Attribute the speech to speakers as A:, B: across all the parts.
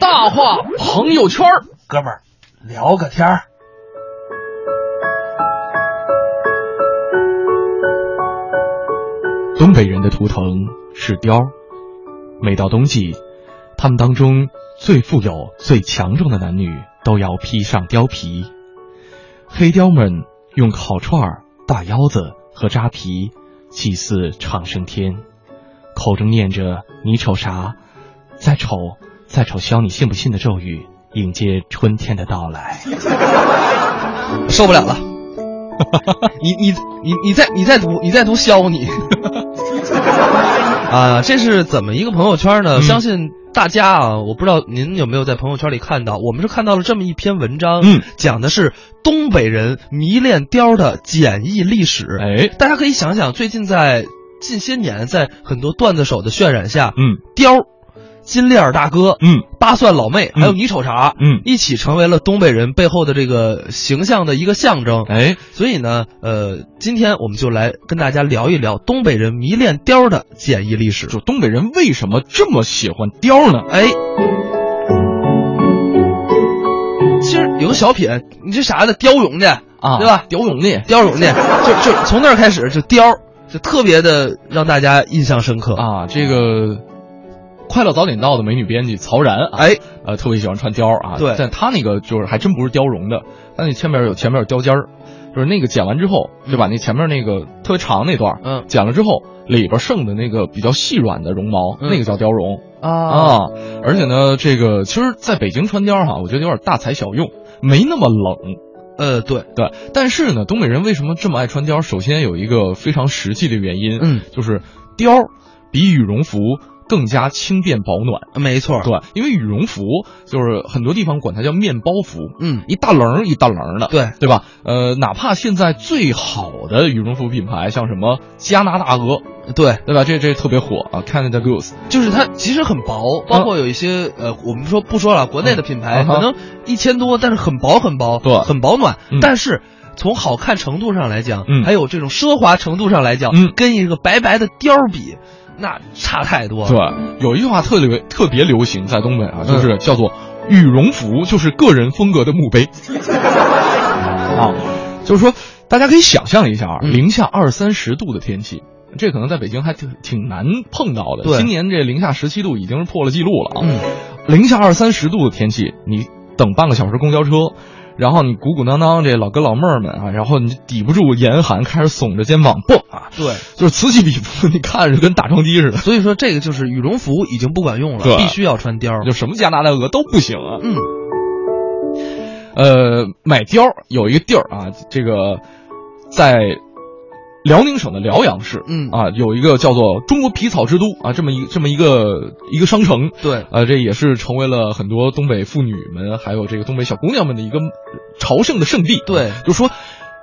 A: 大话朋友圈儿，
B: 哥们儿聊个天儿。
C: 东北人的图腾是貂儿，每到冬季，他们当中最富有、最强壮的男女都要披上貂皮。黑貂们用烤串儿、大腰子和扎皮祭祀长生天，口中念着“你瞅啥？再瞅，再瞅，削你信不信”的咒语，迎接春天的到来。
D: 受不了 了。你你你你再你再读你再读削你， 啊，这是怎么一个朋友圈
C: 嗯
D: 呢？相信大家啊，我不知道您有没有在朋友圈里看到，我们是看到了这么一篇文章，
C: 嗯，
D: 讲的是东北人迷恋貂的简易历史。
C: 哎，
D: 大家可以想想，最近在近些年，在很多段子手的渲染下，
C: 嗯
D: 貂、金链儿大哥、
C: 嗯
D: 八蒜老妹，还有你瞅啥，
C: 嗯，
D: 一起成为了东北人背后的这个形象的一个象征。
C: 哎，
D: 所以呢，呃，今天我们就来跟大家聊一聊东北人迷恋貂的简易历史。
C: 就东北人为什么这么喜欢貂呢？
D: 哎，其实有个小品，你这啥的貂俑去
C: 啊
D: 对吧？
C: 貂俑呢？
D: 貂俑去，就就从那儿开始，就貂就特别的让大家印象深刻。
C: 啊，这个《快乐早点到》的美女编辑曹然啊，
D: 哎，
C: 呃，特别喜欢穿貂啊。
D: 对
C: 但她那个就是还真不是貂绒的，她那前面有前面有貂尖儿，就是那个剪完之后，就把那前面那个特别长那段儿
D: 嗯
C: 剪了之后，里边剩的那个比较细软的绒毛，
D: 嗯
C: 那个叫貂绒
D: 啊
C: 啊。而且呢，这个其实在北京穿貂哈、我觉得有点大材小用，没那么冷。
D: 呃，对，
C: 对，但是呢，东北人为什么这么爱穿貂？首先有一个非常实际的原因，
D: 嗯，
C: 就是貂儿比羽绒服更加轻便保暖。
D: 没错，
C: 对，因为羽绒服就是很多地方管它叫面包服，
D: 嗯，
C: 一大棱儿一大棱儿的，
D: 对，
C: 对吧？呃，哪怕现在最好的羽绒服品牌，像什么加拿大鹅，
D: 对，
C: 对吧？这这特别火啊，Canada Goose，
D: 就是它其实很薄，包括有一些呃，我们说不说了，国内的品牌
C: 嗯嗯啊哈
D: 可能一千多，但是很薄很薄，
C: 对
D: 很保暖
C: 嗯。
D: 但是从好看程度上来讲，
C: 嗯
D: 还有这种奢华程度上来讲，
C: 嗯
D: 跟一个白白的貂儿比，那差太多了。
C: 对，有一句话特别特别流行在东北
D: 嗯
C: 啊，就是叫做“羽绒服就是个人风格的 墓碑”，啊，就是说大家可以想象一下啊，
D: 嗯
C: 零下二三十度的天气。这可能在北京还挺挺难碰到的。
D: 对
C: 今年这零下十七度已经是破了记录了啊！
D: 嗯，
C: 零下二三十度的天气，你等半个小时公交车，然后你鼓鼓囊囊这老哥老妹儿们啊，然后你就抵不住严寒，开始耸着肩膀蹦啊，
D: 对，
C: 就是此起彼伏，你看着跟打桩机似的，
D: 所以说这个就是羽绒服已经不管用
C: 对
D: 了，必须要穿貂儿。
C: 就什么加拿大鹅都不行啊。
D: 嗯，
C: 呃，买貂儿有一个地儿啊，这个在辽宁省的辽阳市，
D: 嗯
C: 啊，有一个叫做“中国皮草之都”啊，这么一这么一个一个商城，
D: 对，
C: 呃，这也是成为了很多东北妇女们还有这个东北小姑娘们的一个朝圣的圣地。啊
D: 对
C: 就说，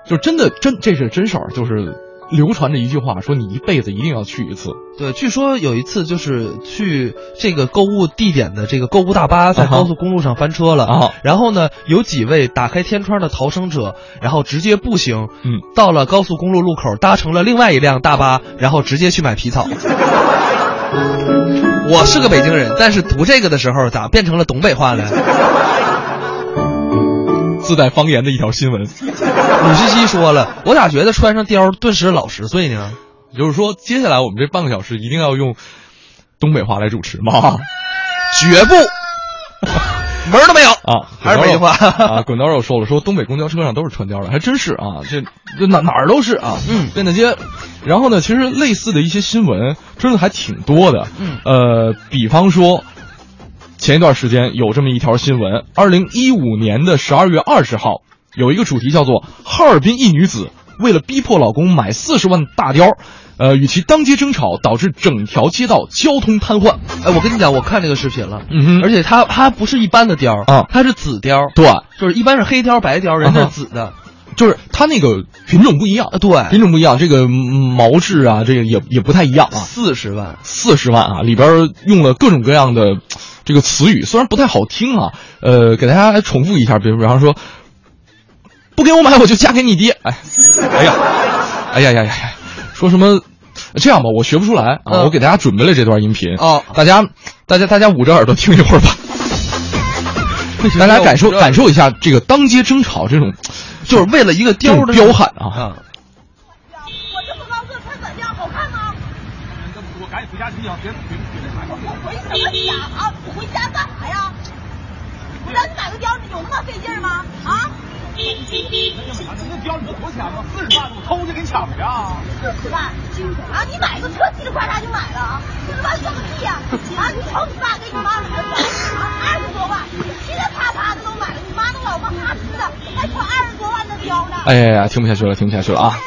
C: 就真的真这是真事儿，就是流传着一句话，说你一辈子一定要去一次。
D: 对，据说有一次就是去这个购物地点的这个购物大巴在
C: 啊哈
D: 高速公路上翻车了，
C: 啊
D: 然后呢，有几位打开天窗的逃生者，然后直接步行，
C: 嗯，
D: 到了高速公路路口搭乘了另外一辆大巴，然后直接去买皮草。我是个北京人，但是读这个的时候咋变成了东北 话呢？
C: 自带方言的一条新闻，
D: 鲁西西说了，我咋觉得穿上貂儿顿时老十岁呢？
C: 就是说，接下来我们这半个小时一定要用东北话来主持嘛
D: 绝不， 门儿都没有
C: 啊，
D: 还是北京话。
C: 啊，滚刀肉说了，说东北公交车上都是穿貂的，还真是啊，这这哪哪儿都是啊，
D: 嗯
C: 遍大街。然后呢，其实类似的一些新闻真的还挺多的，
D: 嗯
C: 呃，比方说。前一段时间有这么一条新闻：，二零一五年的十二月二十号，有一个主题叫做“哈尔滨一女子为了逼迫老公买四十万大貂”，呃，与其当街争吵，导致整条街道交通瘫痪。
D: 哎，我跟你讲，我看这个视频了，
C: 嗯哼
D: 而且它它不是一般的貂儿
C: 啊
D: 它是紫貂儿，
C: 对，
D: 就是一般是黑貂、白貂，人家是紫的，
C: 就是它那个品种不一样
D: 啊，，对，
C: 品种不一样，这个嗯毛质啊，这个也也不太一样啊。
D: 四十万，
C: 四十万啊，里边用了各种各样的这个词语，虽然不太好听啊，呃，给大家来重复一下，比如比方说，不给我买我就嫁给你爹，哎，哎呀，哎呀呀呀呀，说什么？这样吧，我学不出来啊，
D: 嗯
C: 我给大家准备了这段音频
D: 哦
C: 大家，大家，大家捂着耳朵听一会儿吧。大家感受感受一下这个当街争吵这种，
D: 就是为了一个貂的
C: 这种彪悍啊
D: 啊！
E: 我这么高个穿短袖好看吗？人这么多，赶紧回家睡觉，别别别那啥。我回什么家啊？我回家干啥呀？我让你买个貂，有那么费劲儿吗？啊？这貂你多少钱吗？四十万，我偷去给你抢回啊！四十万啊！你买个车叽里呱啦就买了啊？四十万算个屁呀！啊，你瞅你爸给你妈买的啊，二十多万，噼里啪啦的都买了，你妈都老不哈哧的，还穿二十多万的貂呢。
C: 哎呀呀，听不下去了，听不下去了啊！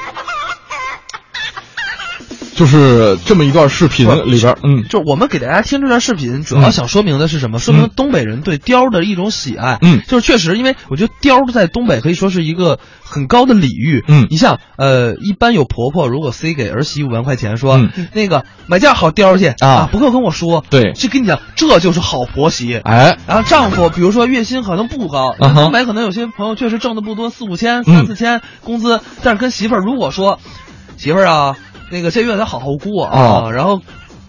C: 就是这么一段视频里边，嗯，
D: 就我们给大家听这段视频，主要想说明的是什么？说明东北人对貂的一种喜爱。
C: 嗯
D: 就是确实，因为我觉得貂在东北可以说是一个很高的礼遇。
C: 嗯
D: 你像呃，一般有婆婆如果塞给儿媳五万块钱，说、
C: 嗯
D: 那个买件好貂去
C: 啊
D: 不够跟我说。
C: 对
D: 就跟你讲，这就是好婆媳。
C: 哎，
D: 然后丈夫，比如说月薪可能不高，
C: 啊哈
D: 东北可能有些朋友确实挣的不多，四五千、
C: 嗯
D: 三四千工资，但是跟媳妇儿如果说，媳妇儿啊，那个这月咱好好过啊，
C: 哦
D: 然后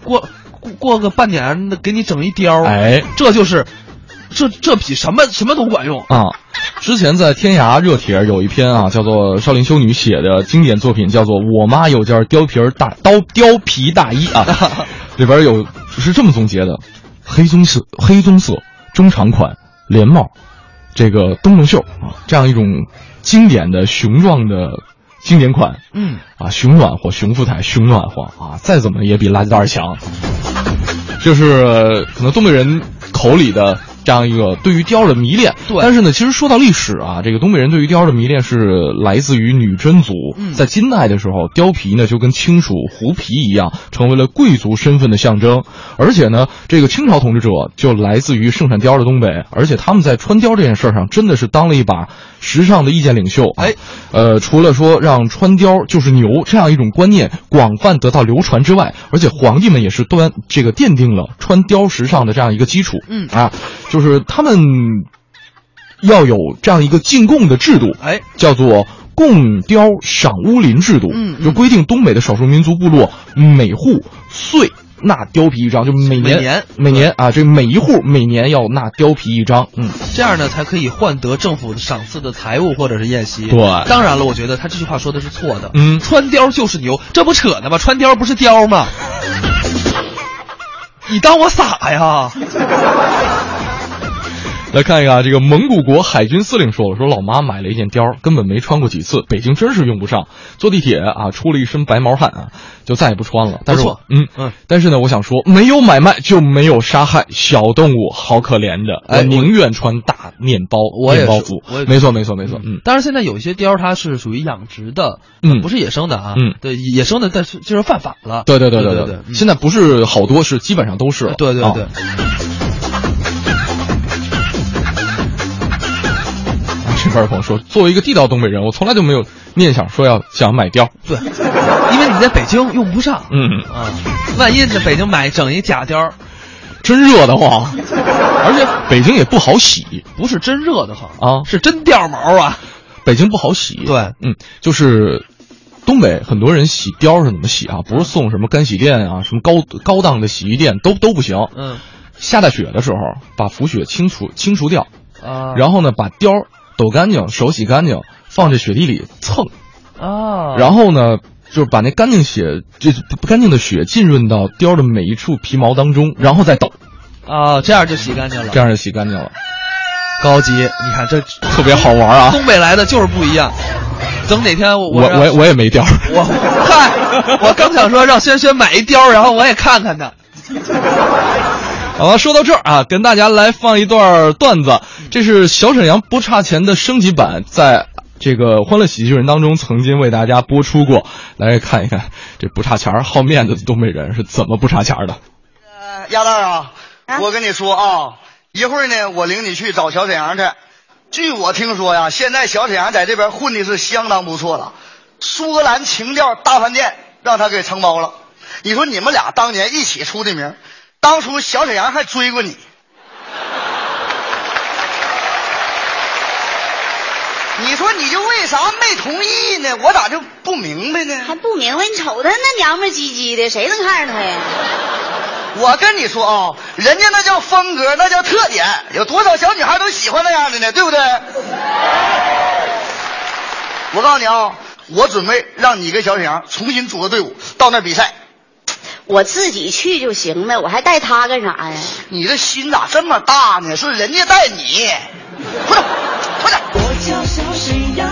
D: 过过过个半年给你整一貂，
C: 哎，
D: 这就是，这这比什么什么都管用。
C: 啊，之前在天涯热帖有一篇啊，叫做少林修女写的经典作品，叫做《我妈有件貂皮儿大刀貂皮大衣》 啊，里边有是这么总结的：黑棕色、黑棕色中长款连帽，这个灯笼袖啊，这样一种经典的雄壮的经典款
D: 嗯，
C: 啊，雄暖和、雄富态、雄暖和啊，再怎么也比垃圾袋儿强。就是呃可能东北人口里的这样一个对于貂儿的迷恋。
D: 对
C: 但是呢，其实说到历史啊，这个东北人对于貂儿的迷恋是来自于女真族。
D: 嗯
C: 在金代的时候，貂皮呢就跟青属、狐皮一样，成为了贵族身份的象征。而且呢，这个清朝统治者就来自于盛产貂儿的东北，而且他们在穿貂这件事儿上真的是当了一把时尚的意见领袖。
D: 哎，
C: 呃，除了说让穿貂就是牛这样一种观念广泛得到流传之外，而且皇帝们也是端这个奠定了穿貂时尚的这样一个基础。
D: 嗯
C: 啊，就是他们要有这样一个进贡的制度，
D: 哎，
C: 叫做。贡貂赏乌林制度，
D: 嗯嗯
C: 就规定东北的少数民族部落每户岁纳貂皮一张，就每年
D: 每年
C: 每年啊，这每一户每年要纳貂皮一张，嗯，
D: 这样呢才可以换得政府赏赐的财物或者是宴席。
C: 对
D: 当然了，我觉得他这句话说的是错的。
C: 嗯
D: 穿貂就是牛，这不扯呢吗？穿貂不是貂吗？你当我傻呀？嗯
C: 来看一看啊，这个蒙古国海军司令说了，说老妈买了一件貂儿，根本没穿过几次，北京真是用不上。坐地铁啊，出了一身白毛汗啊，就再也不穿了。但是
D: 不
C: 我
D: 错
C: 嗯
D: 嗯
C: 但是呢，我想说，没有买卖就没有杀害，小动物好可怜的，
D: 哎
C: 我宁愿穿大面包，
D: 我也
C: 面
D: 是
C: 包服
D: 我也，是
C: 没错没错没错，嗯，
D: 当然，现在有一些貂它是属于养殖的，
C: 嗯
D: 不是野生的啊，
C: 嗯
D: 对，野生的，但是就是犯法了。
C: 对对对
D: 对
C: 对
D: 对，嗯
C: 现在不是好多是基本上都是了，
D: 对对
C: 啊
D: 对。
C: 啊这边有朋友说，作为一个地道东北人，我从来就没有念想说要想买貂儿，
D: 对，因为你在北京用不上。
C: 嗯。
D: 啊，万一在北京买整一假貂儿，
C: 真热得慌，而且北京也不好洗，
D: 不是真热的慌
C: 啊
D: 是真掉毛啊。
C: 北京不好洗。
D: 对，
C: 嗯，就是东北很多人洗貂是怎么洗啊？不是送什么干洗店啊，什么高高档的洗衣店都都不行。
D: 嗯
C: 下大雪的时候把浮雪清除清除掉，
D: 啊，
C: 然后呢把貂抖干净，手洗干净，放这雪地里蹭，
D: 啊，
C: 然后呢。就是把那干净血，这不干净的血浸润到貂的每一处皮毛当中，然后再抖，
D: 啊，这样就洗干净了
C: 这。样就洗干净了，
D: 高级，你看这
C: 特别好玩啊！
D: 东北来的就是不一样。等哪天我
C: 我
D: 让
C: 我我也没貂儿，
D: 我嗨，我刚想说让轩轩买一貂儿，然后我也看看呢。
C: 好了，说到这儿啊，跟大家来放一段段子，这是小沈阳不差钱的升级版，在这个《欢乐喜剧人》当中曾经为大家播出过，来看一看这不差钱儿好面子的东北人是怎么不差钱儿的。
F: 呃，鸭蛋儿啊，
G: 啊
F: 我跟你说啊，一会儿呢，我领你去找小沈阳去。据我听说呀，现在小沈阳在这边混的是相当不错了，苏格兰情调大饭店让他给承包了。你说你们俩当年一起出的名儿，当初小沈阳还追过你。你说你就为啥没同意呢？我咋就不明白呢？
G: 还不明白，你瞅他那娘们儿唧唧的，谁能看上他呀？
F: 我跟你说啊、人家那叫风格，那叫特点，有多少小女孩都喜欢那样的呢？对不对？我告诉你啊、我准备让你跟小沈阳重新组个队伍到那儿比赛。
E: 我自己去就行呗，我还带他干啥呀？
F: 你这心咋这么大呢？是人家带你，快点，快点！
G: 我叫小沈阳，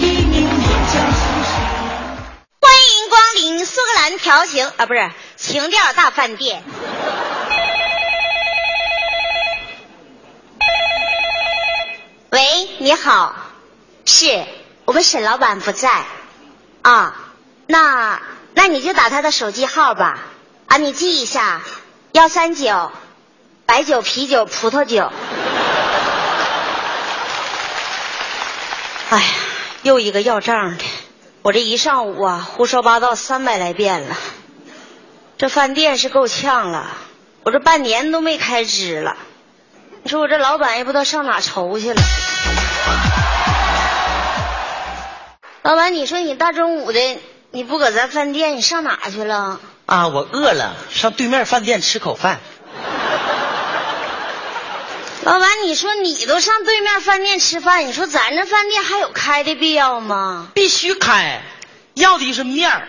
G: 艺名也叫小沈阳。
E: 欢迎光临苏格兰调情啊，不是情调大饭店。喂，你好，是我们沈老板不在啊，那那你就打他的手机号吧啊，你记一下，幺三九，白酒、啤酒、葡萄酒。哎呀，又一个要账的，我这一上午啊，胡说八道三百来遍了，这饭店是够呛了，我这半年都没开支了，你说我这老板也不知道上哪愁去了。老板，你说你大中午的你不搁咱饭店，你上哪去了？
H: 啊，我饿了，上对面饭店吃口饭。
E: 老板，你说你都上对面饭店吃饭，你说咱这饭店还有开的必要吗？
H: 必须开，要的是面儿，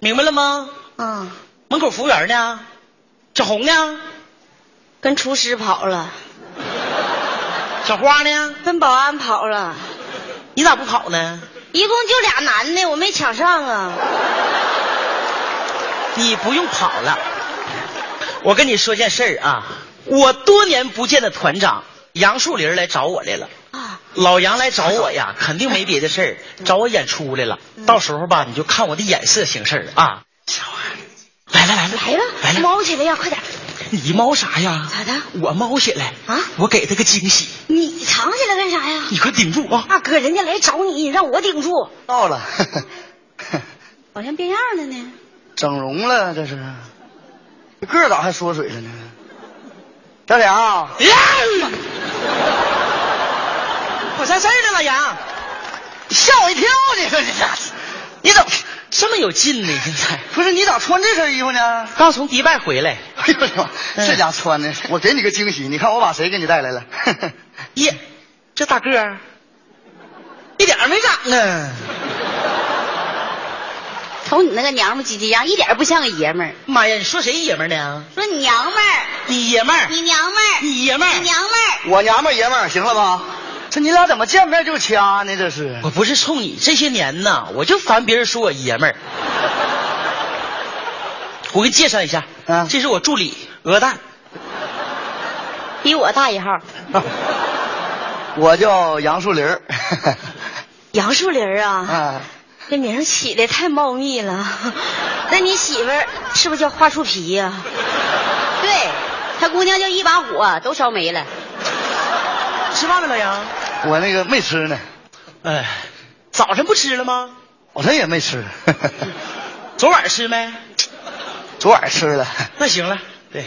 H: 明白了吗？
E: 嗯，
H: 门口服务员呢？小红呢？
E: 跟厨师跑了，
H: 小花呢？
E: 跟保安跑了。
H: 你咋不跑呢？
E: 一共就俩男的，我没抢上啊。
H: 你不用跑了。我跟你说件事儿啊，我多年不见的团长杨树林来找我来了。
E: 啊，嗯
H: 老杨来找我呀，肯定没别的事儿，找我演出来了。到时候吧，你就看我的眼色行事儿啊。小花，来了来了
E: 来了，
H: 来了，
E: 猫起来呀，快点！
H: 你猫啥呀？
E: 咋的？
H: 我猫起来
E: 啊
H: 我给他个惊喜，
E: 你藏起来干啥呀？
H: 你快顶住啊！
E: 大哥，人家来找你，你让我顶住，
F: 到了，
E: 好像变样了呢。
F: 整容了这是，个儿咋还缩水了呢？小沈阳，啊
H: 我啥事儿呢，老杨？
F: 吓我一跳！你说你这，你怎么
H: 这么有劲呢？现在
F: 不是你咋穿这身衣服呢？
H: 刚从迪拜回来，嗯
F: 哎呦我的妈！这家穿的，我给你个惊喜，你看我把谁给你带来了？
H: 耶，这大个儿一点儿没长
F: 啊
H: 呢。
E: 瞅你那个娘们唧唧样，一点儿不像个爷们儿。
H: 妈呀，你说谁爷们儿呢？
E: 说你娘们儿，
H: 你爷们儿，
E: 你娘们儿，
H: 你爷们
E: 你
H: 儿。
E: 娘们儿，
F: 我娘们儿爷们儿，行了吧？这你俩怎么见面就掐呢？这 是
H: 我不是冲你，这些年呐，我就烦别人说我爷们儿。我给你介绍一下，
F: 啊
H: 这是我助理鹅蛋，
E: 比我大一号。
F: 我叫杨树林儿，
E: 杨树林儿啊，
F: 啊，
E: 这名儿起的太茂密了。那你媳妇儿是不是叫花树皮呀、对，她姑娘叫一把火，都烧没了。
H: 吃饭了没，老杨？
F: 我那个没吃呢，
H: 哎，早晨不吃了吗？
F: 我这也没吃，
H: 昨晚吃没？
F: 昨晚吃了。
H: 那行了，对，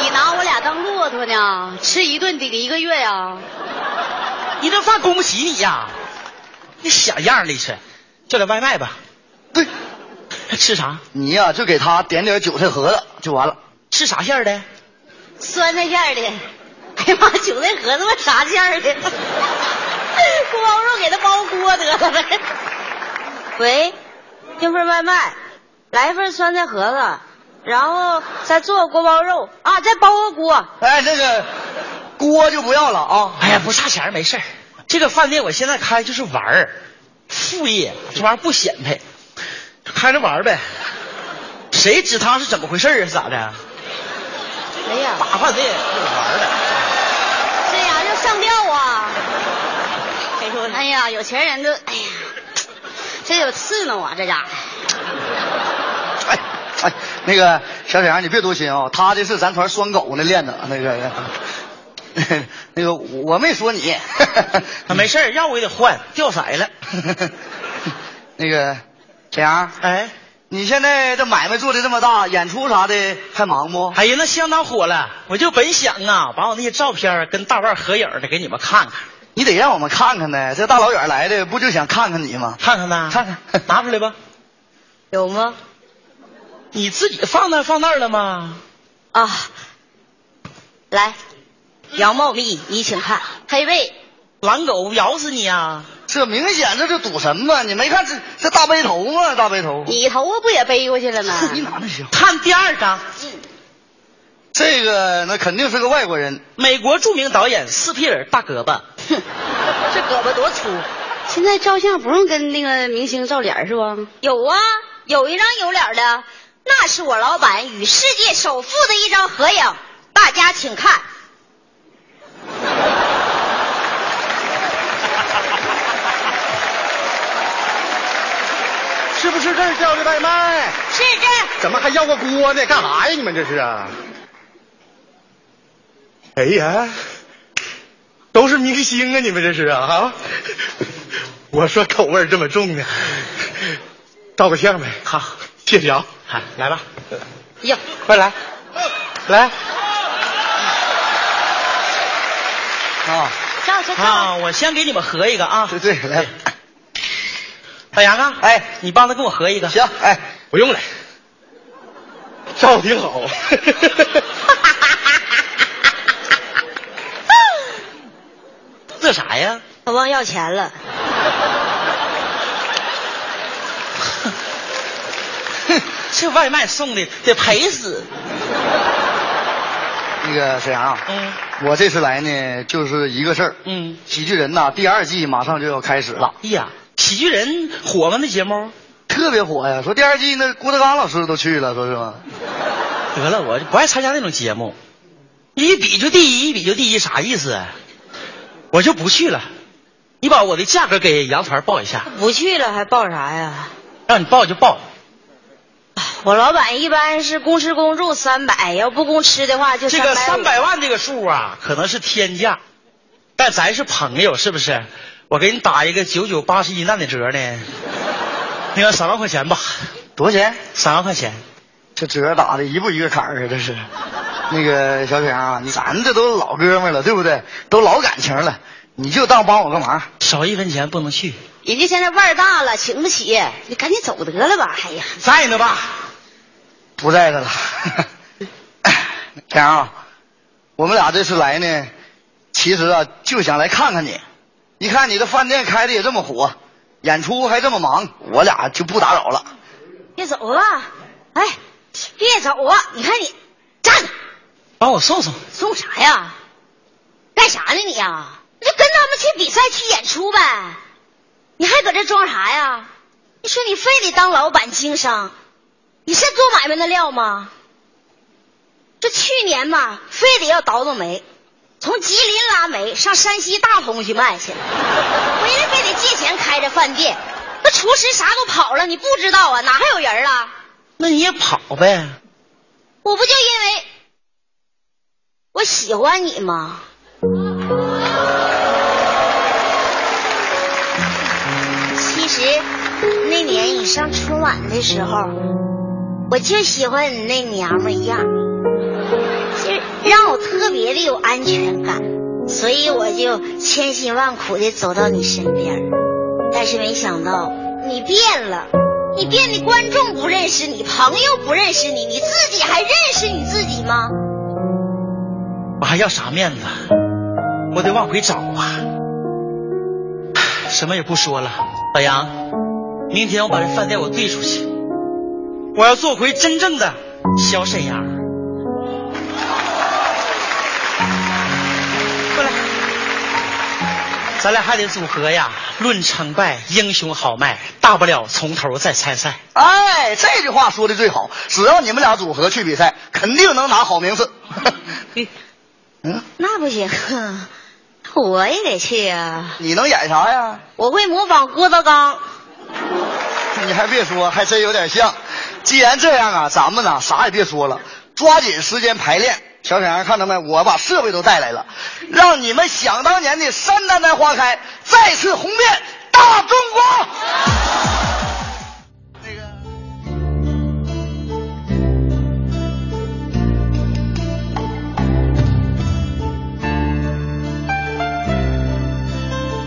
E: 你拿我俩当骆驼呢？吃一顿顶一个月呀、
H: 一顿饭恭喜你呀！你小样儿，李晨，叫点外卖吧。
F: 对，
H: 吃啥？
F: 你呀、就给他点点韭菜盒子就完了。
H: 吃啥馅儿的？
E: 酸菜馅儿的。哎呀妈，韭菜盒子我啥馅儿的？ 锅包肉给他包锅得了呗。喂，订份外卖，来一份酸菜盒子，然后再做个锅包肉啊，再包个锅。
F: 哎，那个锅就不要了啊。
H: 哎呀，不差钱儿没事儿。这个饭店我现在开就是玩儿，副业，这玩意儿不显摆，就开着玩儿呗。谁知他是怎么回事儿啊？是咋的？
E: 哎呀，
H: 大饭店就是玩儿的。
E: 这哎呀要上吊啊！谁说的？哎呀，有钱人都哎呀，这有刺挠啊，这家伙。
F: 哎哎，那个小沈阳，你别多心啊、他这是咱团双狗那练的，那个 那个我没说你，
H: 啊，没事儿，药我也得换，掉色了。
F: 那个沈阳，
H: 哎，
F: 你现在这买卖做的这么大，演出啥的还忙不？
H: 哎呀，那相当火了。我就本想啊，把我那些照片儿跟大腕儿合影儿的给你们看看，
F: 你得让我们看看呗，这大老远来的，不就想看看你吗？
H: 看看呐，
F: 看看
H: 拿出来吧。
E: 有吗？
H: 你自己放那放那儿了吗？
E: 啊，来，杨茂密，你请看，黑背，
H: 狼狗咬死你啊！
F: 这明显这是赌神嘛！你没看这这大背头吗？大背头，
E: 你头发不也背过去了吗？
F: 你哪能行？
H: 看第二张，
F: 这个那肯定是个外国人，
H: 美国著名导演斯皮尔大胳膊，
E: 哼，这胳膊多粗！现在照相不用跟那个明星照脸是不？有啊，有一张有脸的，那是我老板与世界首富的一张合影，大家请看。
I: 是不是这儿叫的外卖？
E: 是这，
I: 怎么还要个锅呢？干啥呀？你们这是啊？哎呀，都是明星啊！你们这是啊？啊我说口味儿这么重呢，照个相呗。好，谢谢啊。哦好，来吧，
E: 呀，
I: 快来，来哦
F: 啊，
E: 照这照，
H: 啊！我先给你们合一个啊
F: 对，对，
I: 哎
F: 来，
H: 小杨啊，
F: 哎，
H: 你帮他给我合一个。
F: 行，哎，
I: 不用了，照挺 好。
H: 这啥呀？
E: 我忘要钱了。
H: 这外卖送的得赔死。
F: 那个沈阳 啊，
H: 嗯
F: 我这次来呢就是一个事儿，
H: 嗯，
F: 喜剧人呐、第二季马上就要开始了，
H: 哎呀，喜剧人火吗？那节目？
F: 特别火呀！说第二季那郭德纲老师都去了，说是吗？
H: 得了，我就不爱参加那种节目，一比就第一，一比就第一，啥意思？啊？我就不去了。你把我的价格给杨团报一下，
E: 不去了还报啥呀？
H: 让你报就报。
E: 我老板一般是公吃公住三百，要不公吃的话就
H: 这个
E: 三
H: 三百万这个数啊，可能是天价，但咱是朋友，是不是？我给你打一个九九八十一难的折呢，那个三万块钱吧，
F: 多少钱？
H: 三万块钱。
F: 这折打的一步一个坎儿啊，这是。那个小沈阳啊，你咱这都老哥们儿了，对不对？都老感情了，你就当帮我个忙。
H: 少一分钱不能去，
E: 人家现在腕儿大了，请不起，你赶紧走得了吧。哎呀，
H: 在呢吧？
F: 不在这了。 沈阳啊，我们俩这次来呢，其实啊就想来看看你。一看你的饭店开的也这么火，演出还这么忙，我俩就不打扰了。
E: 别走啊！哎，别走啊！你看你站着
H: 把我送送。
E: 送啥呀？干啥呢你呀、你就跟他们去比赛去演出呗，你还搁这装啥呀？你说你非得当老板经商，你是做买卖的料吗？这去年嘛，非得要倒腾煤，从吉林拉煤上山西大同去卖去，回来非得借钱开着饭店，那厨师啥都跑了，你不知道啊？哪还有人啊？
H: 那你也跑呗？
E: 我不就因为我喜欢你吗？其实那年你上春晚的时候，我就喜欢你那娘们样儿，就是让我特别的有安全感，所以我就千辛万苦的走到你身边儿。但是没想到你变了，你变得观众不认识你，朋友不认识你，你自己还认识你自己吗？
H: 我还要啥面子？我得往回找啊！唉什么也不说了，老杨，明天我把这饭店我兑出去，我要做回真正的小沈阳。过来，咱俩还得组合呀，论成败，英雄豪迈，大不了从头再参赛。
F: 哎，这句话说的最好，只要你们俩组合去比赛，肯定能拿好名次。 嗯，
E: 那不行， 我也得去啊！
F: 你能演啥呀？
E: 我会模仿郭德纲，
F: 你还别说，还真有点像。既然这样啊，咱们呢啥也别说了，抓紧时间排练。小沈阳，看到没？我把设备都带来了，让你们想当年的山丹丹花开再次红遍大中国。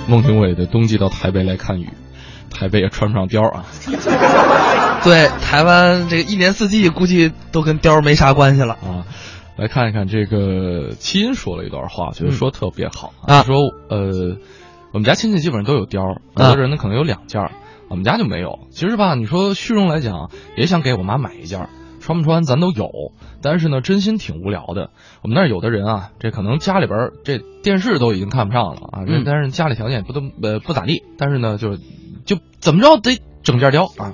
C: 孟庭苇的冬季到台北来看雨，台北也穿不上貂啊。
D: 对，台湾这个一年四季估计都跟貂儿没啥关系了。
C: 啊，来看一看这个七音说了一段话，觉得说特别好
D: 嗯啊
C: 说呃，我们家亲戚基本上都有貂儿，有
D: 啊
C: 的人呢可能有两件儿，我们家就没有。其实吧，你说虚荣来讲，也想给我妈买一件儿，穿不穿咱都有，但是呢，真心挺无聊的。我们那儿有的人啊，这可能家里边儿这电视都已经看不上了啊，
D: 嗯
C: 但是家里条件也不都呃不咋地，但是呢，就就怎么着得整件貂啊，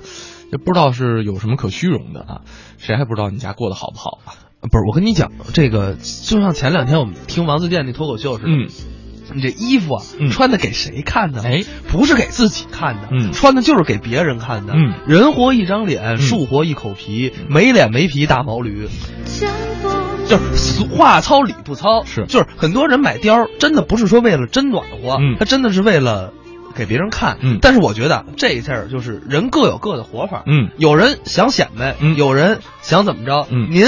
C: 就不知道是有什么可虚荣的啊，谁还不知道你家过得好不好啊？
D: 呃不是，我跟你讲，这个就像前两天我们听王自健那脱口秀似的，
C: 嗯
D: 你这衣服啊，
C: 嗯
D: 穿的给谁看的？
C: 哎，
D: 不是给自己看的，
C: 嗯
D: 穿的就是给别人看的。
C: 嗯
D: 人活一张脸，树活一口皮，没脸没皮大毛驴，就是俗话糙理不糙。
C: 是
D: 就是很多人买貂儿，真的不是说为了真暖和，
C: 嗯
D: 他真的是为了。给别人看，
C: 嗯
D: 但是我觉得这一事儿就是人各有各的活法，
C: 嗯
D: 有人想显摆，
C: 嗯
D: 有人想怎么着，
C: 嗯
D: 您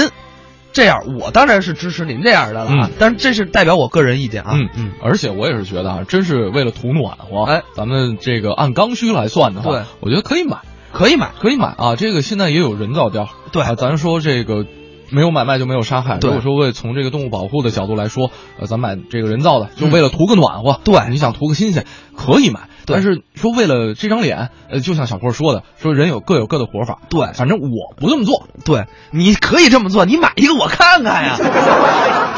D: 这样，我当然是支持您这样的了啊，
C: 嗯
D: 但是这是代表我个人意见啊，
C: 嗯嗯，而且我也是觉得啊，真是为了图暖和，
D: 哎，
C: 咱们这个按刚需来算的话，
D: 对，
C: 我觉得可以买，
D: 可以买，
C: 可以买啊。这个现在也有人造貂，
D: 对
C: 啊，咱说这个。没有买卖就没有杀害。
D: 对
C: 如果说为从这个动物保护的角度来说，呃，咱买这个人造的，就为了图个暖和。
D: 嗯对
C: 你想图个新鲜，可以买。
D: 对
C: 但是说为了这张脸，呃，就像小郭说的，说人有各有各的活法。
D: 对
C: 反正我不这么做。
D: 对，你可以这么做，你买一个我看看 呀，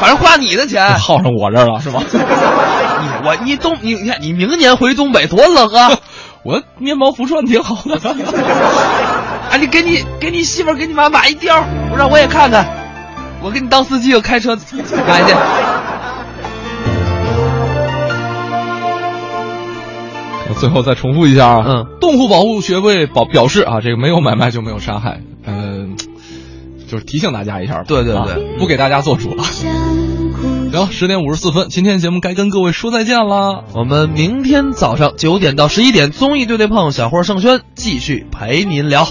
D: 反正花你的钱，
C: 耗上我这儿了是吗？
D: 你我你东你你看你明年回东北多冷啊，
C: 我面包不涮挺好的。
D: 啊你给你给你媳妇儿给你妈买一貂，我让我也看看，我给你当司机，我开车买去。
C: 我 最后再重复一下啊，
D: 嗯，
C: 动物保护学会表表示啊，这个没有买卖就没有杀害，嗯、就是提醒大家一下吧，
D: 对对
C: 啊
D: 对
C: 不给大家做主了。行，十点五十四啊分，今天节目该跟各位说再见啦。
D: 我们明天早上九点到十一点，综艺对对碰，小霍盛轩继续陪您聊。